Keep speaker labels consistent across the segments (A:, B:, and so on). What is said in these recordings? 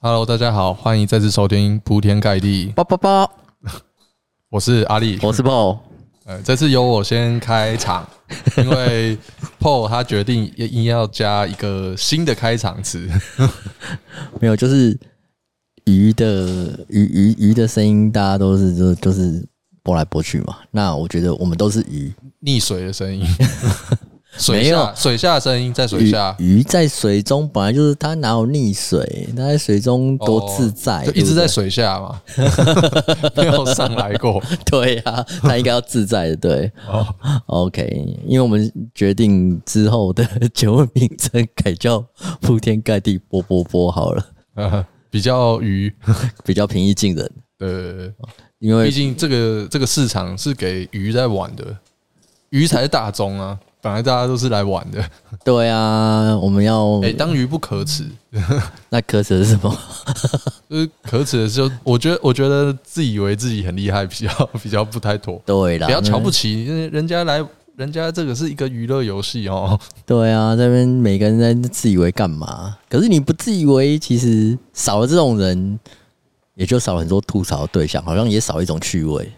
A: Hello，大家好，欢迎再次收听铺天盖地，
B: 叭叭叭，
A: 我是阿力。
B: 我是 Paul。
A: 呃，这次由我先开 场，因为 Paul 他决定也硬要加一个新的开场词，
B: 没有，就是鱼的鱼鱼鱼的声音，大家都是就就是拨来拨去嘛。那我觉得我们都是鱼，
A: 溺水的 声音，水
B: 没
A: 下
B: 有
A: 水下的声音在水
B: 鱼
A: 下，
B: 鱼在水中本来就是它哪有溺水，它在水中多自在，
A: 哦就
B: 哎
A: 一
B: 对不
A: 直
B: 对
A: 在水下嘛，没有上来过。
B: 对啊，它应该要自在的，对。
A: 哦
B: OK，因为我们决定之后的节目名称改叫铺天盖地波波波好了，
A: 呃，比较鱼，
B: 比较平易近人，
A: 对对对
B: 因
A: 对，
B: 为
A: 毕竟这个这个市场是给鱼在玩的，鱼才是大宗啊，本来大家都是来玩的。
B: 对啊，我们要、
A: 哎、当鱼不可耻，
B: 那可耻的是什么？
A: 就是可耻的时候，我觉得我觉得自以为自己很厉害，比较 比较不太妥，
B: 对啦，
A: 不要瞧不起
B: 起。
A: 人人家来，人家这个是一个娱乐游戏哦。
B: 对啊，这边每个人在自以为干嘛？可是你不自以为，其实少了这种人，也就少了很多吐槽的对象，好像也少一种趣味。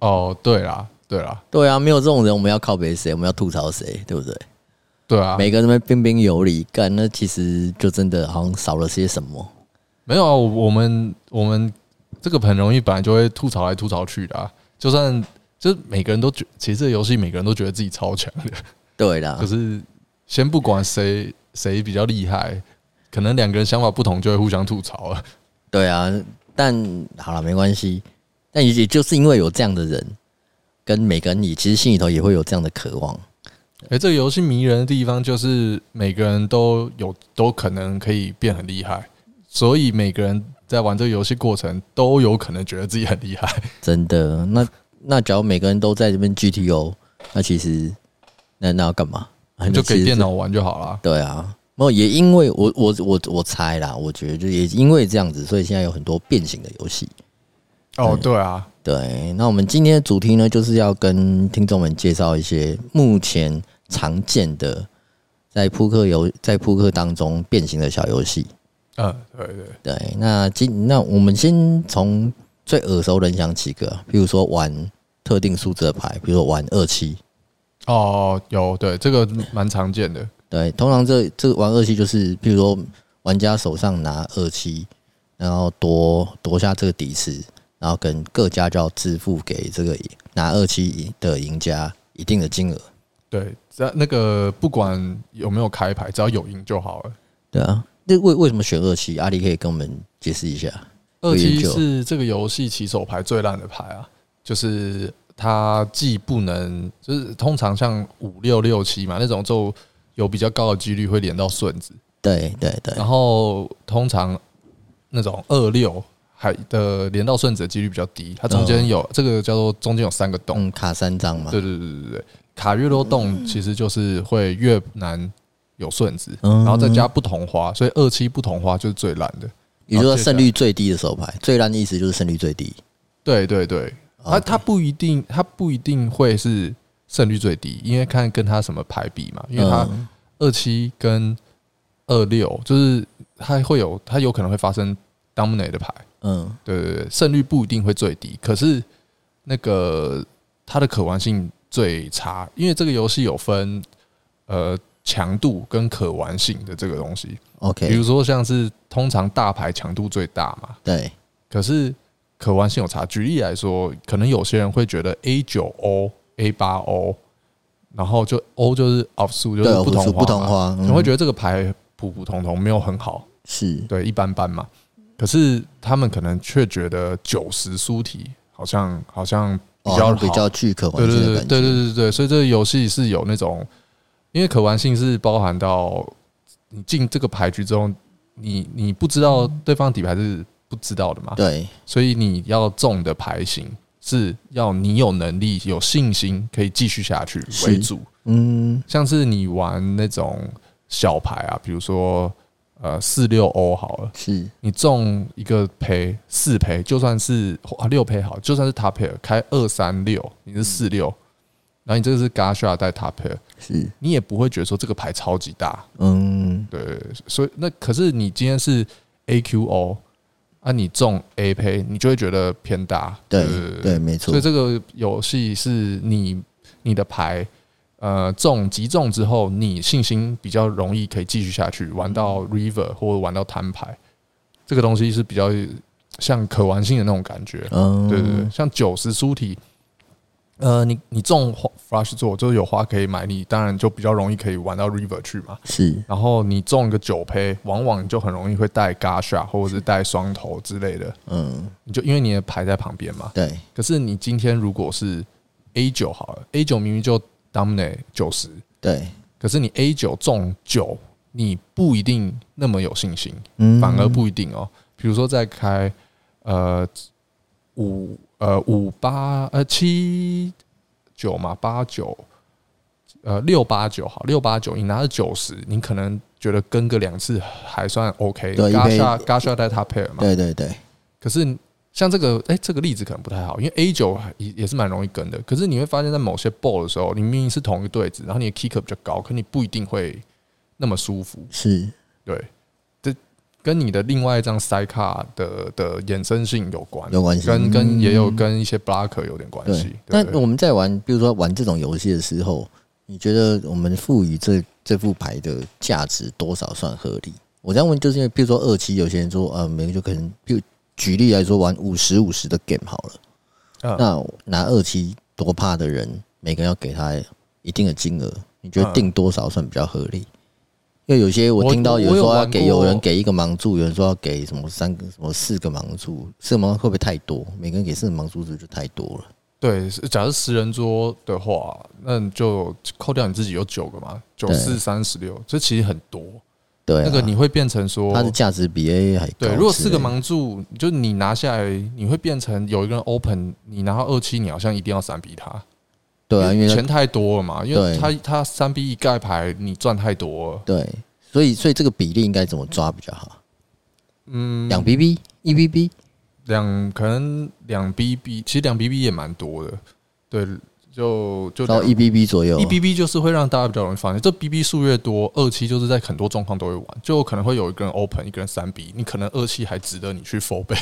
A: 哦，对啦，对啦，
B: 对啊，没有这种人，我们要靠北谁？我们要吐槽谁？对不对？
A: 对啊，
B: 每个人在那边彬彬有礼，干那其实就真的好像少了些什么。
A: 没有啊，我我们我们这个很容易，本来就会吐槽来吐槽去的、啊，就算就是每个人都觉，其实这个游戏每个人都觉得自己超强的，
B: 对啦
A: 可，是先不管谁谁比较厉害，可能两个人想法不同就会互相吐槽了。
B: 对啊，但好了，没关系。但也也就是因为有这样的人，跟每个人你其实心里头也会有这样的渴望。
A: 哎、这个游戏迷人的地方就是每个人都有都可能可以变很厉害，所以每个人在玩这个游戏过程都有可能觉得自己很厉害。
B: 真的，那那只要每个人都在这边 GTO，那其实那那要干嘛？
A: 就给电。
B: 那其实
A: 脑玩就好啦。
B: 对啊，没有也因为我我我我猜啦，我觉得就也因为这样子，所以现在有很多变形的游戏。
A: 哦，对啊，
B: 对，那我们今天的主题呢，就是要跟听众们介绍一些目前常见的在扑克游在扑克当中变形的小游戏。
A: 嗯，对对
B: 对，那今那我们先从最耳熟能详几个，比如说玩特定数字的牌，比如说玩二七，
A: 哦，有对这个蛮常见的。
B: 对，通常这这个玩二七就是，譬如说玩家手上拿二七，然后夺夺下这个底池，然后跟各家就要支付给这个拿二七的赢家一定的金额。
A: 对，只要那个不管有没有开牌，只要有赢就好了。
B: 对啊，那为为什么选二七？阿力可以跟我们解释一下。有
A: 二七
B: 研究
A: 是这个游戏起手牌最烂的牌啊，就是它既不能，就是通常像五六六七嘛那种就有比较高的几率会连到顺子，
B: 对对对
A: 然后通常那种二六还的连到顺子的几率比较低，它中间有、这个叫做中间有三个洞，
B: 嗯，卡三张嘛。
A: 对对对对对，卡越多洞其实就是会越难有顺子，
B: 嗯
A: 然后再加不同花，所以二七不同花就是最烂的。
B: 也
A: 哦
B: 就是说胜率最低的手牌，最烂的意思就是胜率最低。
A: 对对对，它
B: OK
A: 它不一定，它不一定会是胜率最低，因为看跟它什么牌比嘛，因为它
B: 嗯
A: 二七跟二六，就是它会有，它有可能会发生 dominate 的牌，
B: 嗯
A: 对对对，胜率不一定会最低，可是那个它的可玩性最差，因为这个游戏有分呃强度跟可玩性的这个东西，比
B: ，OK，
A: 如说像是通常大牌强度最大嘛，
B: 对，
A: 可是可玩性有差。举例来说，可能有些人会觉得 A 九 O、A 八 O，然后就 O 就是 off 数，就
B: 对，
A: 是不
B: 胡
A: 同
B: 说
A: 花嘛
B: 不同，花，
A: 可
B: 嗯
A: 能会觉得这个牌普普通通，没有很好，
B: 是
A: 对，一般般嘛。可是他们可能却觉得九十书体好像好像比
B: 哦
A: 较好、
B: 比较具可
A: 对
B: 玩
A: 对
B: 性的
A: 对
B: 感觉。
A: 对对对对，所以这个游戏是有那种，因为可玩性是包含到你进这个牌局之后，你你不知道对方底牌是不知道的嘛，
B: 对
A: 所以你要中的牌型是要你有能力、有信心可以继续下去
B: 是
A: 为主。
B: 嗯，
A: 像是你玩那种小牌啊，比如说呃四六欧好了，
B: 是
A: 你中一个赔四赔，就算是啊六赔好，就算是塔佩尔开二三六，你是四六，然后你这个是 g a s h a 带塔佩尔，
B: 是，
A: 你也不会觉得说这个牌超级大，
B: 嗯，
A: 对，所以那可是你今天是 AQO，啊，你中 A 胚，你就会觉得偏大。
B: 对
A: 对
B: 对，没
A: 所
B: 错
A: 以，这个游戏是你你的牌，呃，中集中之后，你信心比较容易可以继续下去，玩到
B: 嗯
A: river 或者玩到摊牌，这个东西是比较像可玩性的那种感觉。
B: 嗯，
A: 对对对，像九十书体，呃，你你中花 flash 做就是有花可以买，你当然就比较容易可以玩到 river 去嘛。
B: 是
A: 然后你中一个九胚，往往你就很容易会带 gasha 或者是带双头之类的，
B: 嗯，
A: 你就因为你的牌在旁边嘛。
B: 对，
A: 可是你今天如果是 A 九好了，A 九明明就 dominate 九十，
B: 对，
A: 可是你 A 九中九，你不一定那么有信心，
B: 嗯，
A: 反而不一定哦。比如说在开呃五呃五八呃七九嘛八九呃六八九好六八九，你拿了九十，你可能觉得跟个两次还算 OK，
B: 对因为
A: Gasha Gasha 带他 pair 嘛，
B: 对对对，
A: 可是像这个，哎、这个例子可能不太好，因为 A 九也也是蛮容易跟的。可是你会发现在某些 ball 的时候，你明明是同一个对子，然后你的 kicker 比较高，可你不一定会那么舒服。
B: 是
A: 对，这跟你的另外一张塞卡的的衍生性有关，
B: 有关系，
A: 跟跟
B: 嗯
A: 也有跟一些 blocker 有点关系对
B: 对。。那
A: 不对
B: 我们在玩，比如说玩这种游戏的时候，你觉得我们赋予这这副牌的价值多少算合理？我这样问，就是因为比如说二期，有些人说，呃，每个就可能，比如举例来说，玩五十五十的 game 好了，
A: 嗯
B: 那拿二期多帕的人，每个人要给他一定的金额，你觉得
A: 嗯
B: 定多少算比较合理？因为有些我
A: 我
B: 听到有
A: 我有
B: 说要
A: 玩
B: 给
A: 过
B: 有人给一个盲注，有人说要给什么三个什么四个盲注，四个盲注会不会太多？每个人给四个盲注是不是就太多了？
A: 对，是假设十人桌的话，那你就扣掉你自己有九个嘛，九四三十六，这其实很多。
B: 对、啊，
A: 那个你会变成说，
B: 它的价值比 A 还高之
A: 对，
B: 类的。
A: 如果四个盲注，就你拿下来，你会变成有一个人 open，你拿到二七，你好像一定要三逼他。
B: 对啊，因为它
A: 钱太多了嘛，因为
B: 对
A: 他他三逼一盖牌，你赚太多了。
B: 对，所以所以这个比例应该怎么抓比较好？
A: 嗯，
B: 两 BB 一 BB
A: 两可能两 BB，其实两 BB 也蛮多的。对，就就
B: 到
A: 两
B: 一哦 BB 左右啊
A: 一，BB 就是会让大家比较容易放心。这 BB 数越多，二七就是在很多状况都会玩，就有可能会有一个人 open，一个人三 B，你可能二七还值得你去 fold 倍。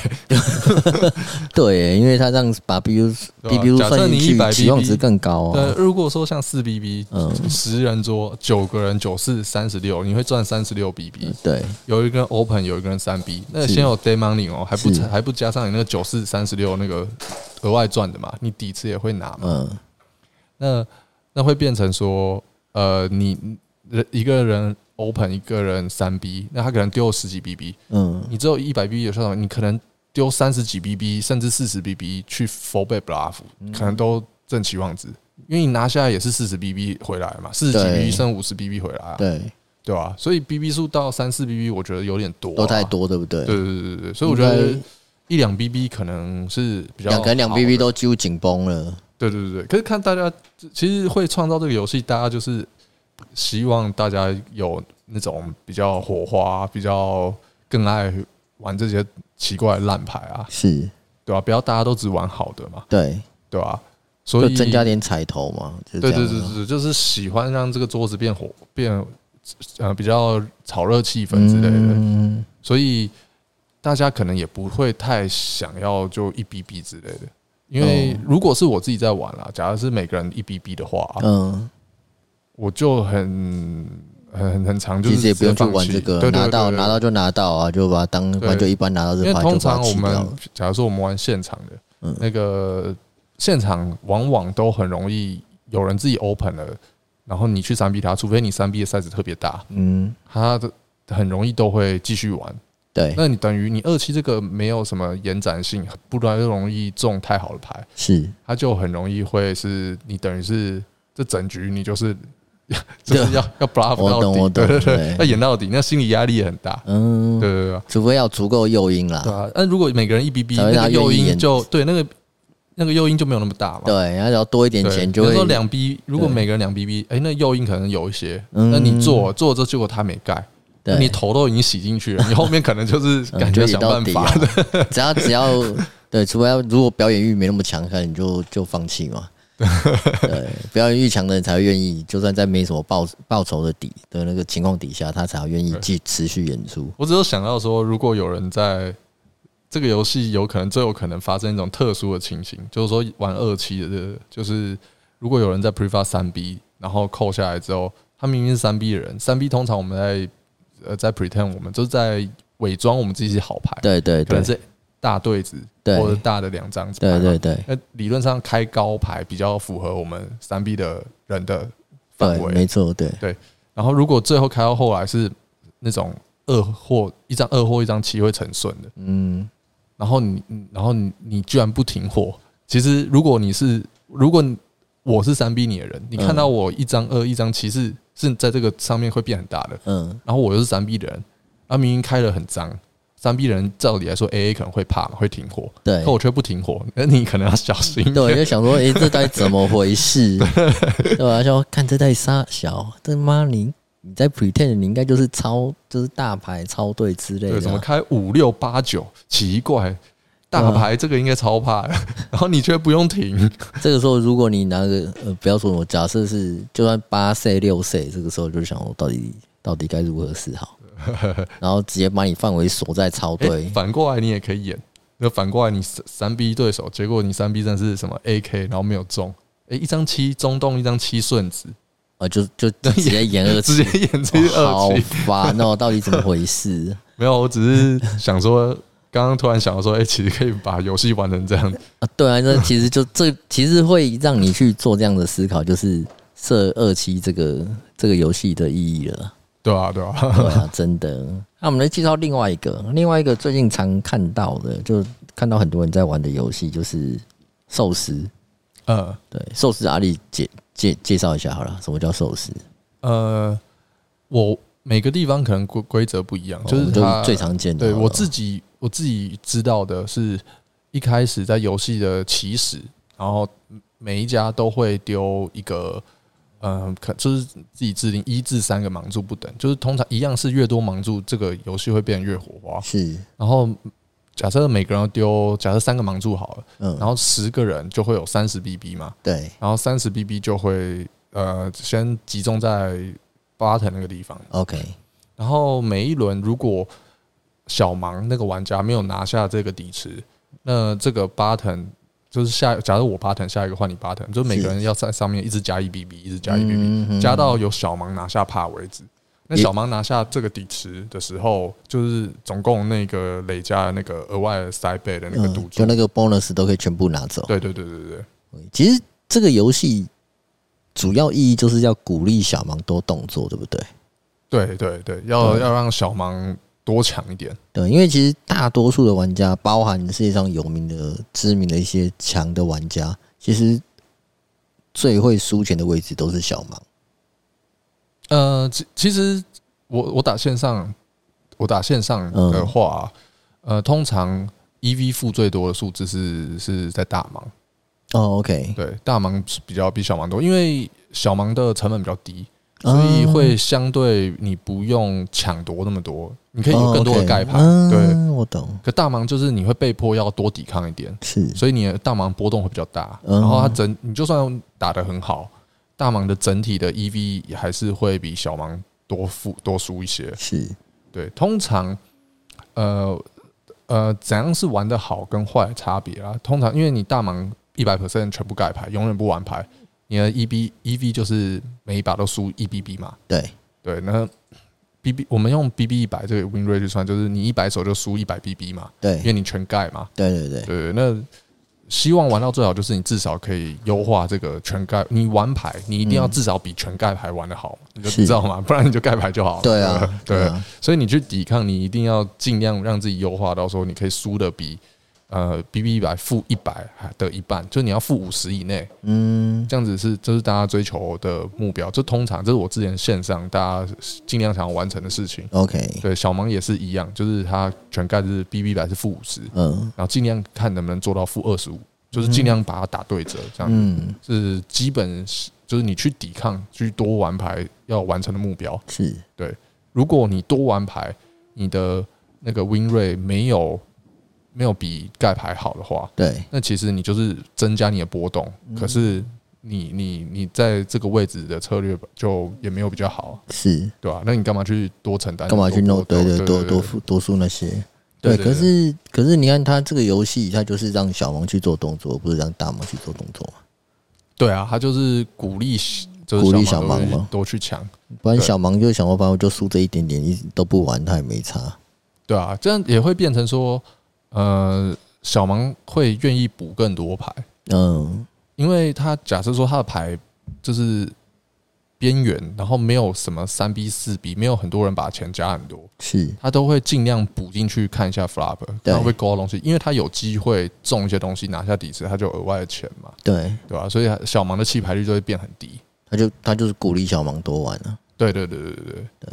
B: 对，因为它让把 BB
A: 对吧
B: BB
A: 假设
B: 算
A: 你
B: 进
A: 100
B: 去，期望
A: BB
B: 值更高
A: 对，
B: 啊。
A: 如果说像四 BB，
B: 嗯
A: 十人桌九个人九四三十六，你会赚三十六 BB，
B: 对
A: 有一个人 open，有一个人三 B，那
B: 是
A: 先有 day money 哦，还不
B: 是
A: 还不加上你那个九四三十六那个额外赚的嘛，你底池也会拿嘛，
B: 嗯，
A: 那那会变成说，呃，你人一个人 open，一个人三 B，那他可能丢十几 BB，
B: 嗯，
A: 你只有一百 BB 有效场，你可能丢三十几 BB，甚至四十 BB 去 full bet bluff，可
B: 嗯
A: 能都正期望值，因为你拿下来也是四十 BB 回来嘛，四十几
B: 对
A: BB 剩五十 BB 回来、啊，
B: 对，
A: 对吧、所以 BB 数到三四 BB，我觉得有点多、啊
B: 都太。多，对不对？
A: 对对对对对，所以我觉得
B: 应该
A: 一两 BB 可能是比较
B: 两个人两
A: 好的
B: BB 都几乎紧绷了。
A: 对对对对，可是看大家其实会创造这个游戏，大家就是希望大家有那种比较火花，比较更爱玩这些奇怪的烂牌啊，
B: 是，
A: 对吧、不要大家都只玩好的嘛，
B: 对，
A: 对吧、所
B: 就
A: 以
B: 增加点彩头嘛，就
A: 对
B: 这样
A: 对
B: 啊。
A: 对对，对就是喜欢让这个桌子变火，变呃比较炒热气氛之类的，
B: 嗯，
A: 所以大家可能也不会太想要就一 B B 之类的。因为
B: 哦
A: 如果是我自己在玩啦，假如是每个人一 B B 的话、啊
B: 嗯，
A: 我就很很很长，就
B: 其
A: 是
B: 实也
A: 直
B: 不
A: 接
B: 用去
A: 放
B: 玩
A: 弃
B: 这个，
A: 对对
B: 拿到
A: 对对
B: 拿到就拿到啊，就把它当
A: 对
B: 完就一般拿到
A: 因
B: 这
A: 为
B: 牌
A: 通
B: 就把它
A: 常我
B: 弃掉
A: 们
B: 了。
A: 假如说我们玩现场的，
B: 嗯
A: 那个现场往往都很容易有人自己 open 了，然后你去三 B 他，除非你三 B 的 size 特别大，
B: 嗯，
A: 他的很容易都会继续玩。
B: 对，
A: 那你等于你二期这个没有什么延展性，不然就容易中太好的牌，
B: 是，
A: 他就很容易会是你等于是这整局你就是 就是要要 bluff
B: 啊我
A: 到
B: 懂我
A: 底，对
B: 懂
A: 对对
B: 对，
A: 要演到底，那心理压力也很大。
B: 嗯，
A: 对对对
B: 除非要足够诱因
A: 对
B: 啦，
A: 啊！那如果每个人一 BB，
B: 才会
A: 那
B: 让
A: 个
B: 他愿意
A: 诱因
B: 演
A: 就对那个那个诱因就没有那么大嘛。
B: 对，然后只要多一点
A: 对，
B: 钱就
A: 比如
B: 会
A: 说两 B，如果每个人两 BB，哎，那诱因可能有一些。
B: 嗯
A: 那你做做了之后，结果他没盖，那
B: 对，
A: 你头都已经洗进去了，你后面可能就是
B: 嗯
A: 感
B: 就
A: 觉
B: 演
A: 想
B: 到
A: 办
B: 底
A: 法
B: 啊。 只要只要对，除非要如果表演欲没那么强，可能你就就放弃嘛。对，表演欲强的人才会愿意，就算在没什么报报酬的底的那个情况底下，他才愿意
A: 对
B: 继持续演出。
A: 我只有想到说，如果有人在这个游戏有可能最有可能发生一种特殊的情形，就是说玩二期的这个，就是如果有人在 Preva 三 B，然后扣下来之后，他明明是三 B 的人，三 B 通常我们在呃在 pretend 我们就是在伪装我们自己是好牌，
B: 对对
A: 可
B: 对
A: 能是大对子
B: 对
A: 或者大的两张牌嘛
B: 对对对
A: 那理论上开高牌比较符合我们三 B 的人的范
B: 对，
A: 围，
B: 没错，对
A: 然后如果最后开到后来是那种二或一张二或一张七会成顺的，
B: 嗯，
A: 然后你你然后你你居然不停火，其实如果你是如果你我是三逼你的人，你看
B: 嗯
A: 到我一张二一张七是是在这个上面会变很大的，
B: 嗯
A: 然后我又是三逼的人，然后明明开了很脏。三 B 人照理来说，A A 可能会怕嘛，会停火，
B: 对
A: 可我却不停火，那你可能要小心一点。
B: 对，就想说，诶，这到底怎么回 事？对吧？想说看这代沙小，这妈你你在 pretend 你应该就是超就是大牌超队之类
A: 对，
B: 的
A: 怎么
B: 啊，
A: 开五六八九？奇
B: 嗯
A: 怪，大牌这个应该超怕的， 然后你却不用 停，
B: 这个时候，如果你拿个呃，不要说我，假设是就算八岁六岁，这个时候就想我到底到底该如何是 好，然后直接把你范围锁在超
A: 诶
B: 队，
A: 反过来你也可以演。那反过来你三三 B 对手，结果你三 B 战是什么 AK，然后没有中，诶，一张七中洞，一张七顺子，
B: 呃，就就就直接演二
A: 直
B: 次，
A: 接演这个
B: 好
A: 二七。
B: 烦哦，到底怎么回事？
A: 没有，我只是想说，刚刚突然想到说，诶，其实可以把游戏玩成这样。
B: 啊，对啊，那其实就这其实会让你去做这样的思考，就是设二期这个这个游戏的意义了。
A: 对啊，对 啊，
B: 对啊，真的。那我们来介绍另外一个，另外一个最近常看到的，就看到很多人在玩的游戏，就是寿司。
A: 呃
B: 对，寿司阿力介介介绍一下好了，什么叫寿司？
A: 呃，我每个地方可能规规则不一样，就
B: 哦我
A: 是
B: 们
A: 它
B: 就最常见的
A: 对
B: 好了。
A: 我自己我自己知道的是，一开始在游戏的起始，然后每一家都会丢一个，嗯，可就是自己制定一至三个盲注不等，就是通常一样是越多盲注，这个游戏会变得越火花。
B: 是
A: 然后假设每个人要丢，假设三个盲注好了，
B: 嗯，
A: 然后十个人就会有三十 BB 嘛，
B: 对
A: 然后三十 BB 就会呃先集中在巴腾那个地方，
B: ，OK，
A: 然后每一轮如果小盲那个玩家没有拿下这个底池，那这个 button 就是下，假如我 button 下一个换你 button，就是每个人要在上面一直加一 bb，一直加一 bb，、
B: 嗯
A: 加到有小盲拿下帕为止。那
B: 也
A: 小盲拿下这个底池的时候，就是总共那个累加的那个额外的塞倍的那个赌
B: 嗯，
A: 注。
B: 就那个 bonus 都可以全部拿走。
A: 对对对对对，
B: 其实这个游戏主要意义就是要鼓励小盲多动作，对不对？
A: 对对对，要
B: 嗯
A: 要让小盲多抢一点。
B: 对，因为其实大多数的玩家，包含世界上有名的、知名的一些强的玩家，其实最会输钱的位置都是小盲。
A: 呃，其其实我我打线上，我打线上
B: 嗯
A: 的话，呃，通常 EV 负最多的数字是是在大盲，
B: 哦 ，OK，
A: 对，大盲是比较比小盲多，因为小盲的成本比较低，
B: 啊
A: 所以会相对你不用抢夺那么多，你可以有更多的盖牌，
B: 哦，OK，
A: 对。
B: 嗯我懂，
A: 可大盲就是你会被迫要多抵抗一点，
B: 是
A: 所以你的大盲波动会比较大，
B: 嗯
A: 然后它整你就算打得很好，大盲的整体的 EV 也还是会比小盲多负多输一些。
B: 是，
A: 对，通常呃呃，怎样是玩的好跟坏的差别啊？通常因为你大盲一百 percent 全部盖牌，永远不玩牌，你的 EB EV 就是每一把都输一 BB 嘛。
B: 对，
A: 对，那 BB 我们用 BB 一百这个 win rate 去算，就是你一百手就输一百 BB 嘛，
B: 对
A: 因，为你全盖嘛。
B: 对对对，
A: 对，那希望玩到最好就是你至少可以优化这个全盖。你玩牌，你一定要
B: 嗯
A: 至少比全盖牌玩的好，你就是知道吗？ 不然你就盖牌就好了。
B: 对啊，
A: 对，
B: 啊，
A: 所以你去抵抗，你一定要尽量让自己优化到说，你可以输的比呃 B B 一百负一百的一半，就是你要负五十以内，
B: 嗯，
A: 这样子是这、是大家追求的目标。这通常这是我之前线上大家尽量想要完成的事情。
B: ，OK，
A: 对，小盲也是一样，就是他全盖是 B B 一百是负五十，
B: 嗯
A: 然后尽量看能不能做到负二十五，就是尽量把它打对折，这样子、
B: 嗯，
A: 是基本是就是你去抵抗去多玩牌要完成的目标。
B: 是，
A: 如果你多玩牌，你的那个 win rate 没有没有比盖牌好的话，
B: 对，嗯
A: 那其实你就是增加你的波动，可是你你你在这个位置的策略就也没有比较好，啊
B: 是
A: 对吧、那你干嘛去多承担？
B: 干嘛去弄？
A: 多多
B: 对对，
A: 对
B: 多
A: 对
B: 多付多输那些。
A: 对
B: 对，
A: 对
B: 可是可是你看他这个游戏，他就是让小萌去做动作，不是让大萌去做动作嘛？
A: 对啊，他就是鼓励，就是
B: 鼓励
A: 小
B: 小
A: 盲
B: 盲
A: 多去
B: 吗
A: 多去抢，
B: 不然
A: 对
B: 小萌就想说，反正我就输这一点点，一直都不玩，他也没差。
A: 对啊，这样也会变成说，呃，小盲会愿意补更多牌，
B: 嗯，
A: 因为他假设说他的牌就是边缘，然后没有什么三 B 四 B，没有很多人把钱加很多，
B: 是
A: 他都会尽量补进去看一下 flop，
B: 对
A: 看会不会勾到东西，因为他有机会中一些东西拿下底池，他就有额外的钱嘛，
B: 对，
A: 对吧、所以小盲的弃牌率就会变很低。
B: 他就他就是鼓励小萌多玩啊。
A: 对对对对对对。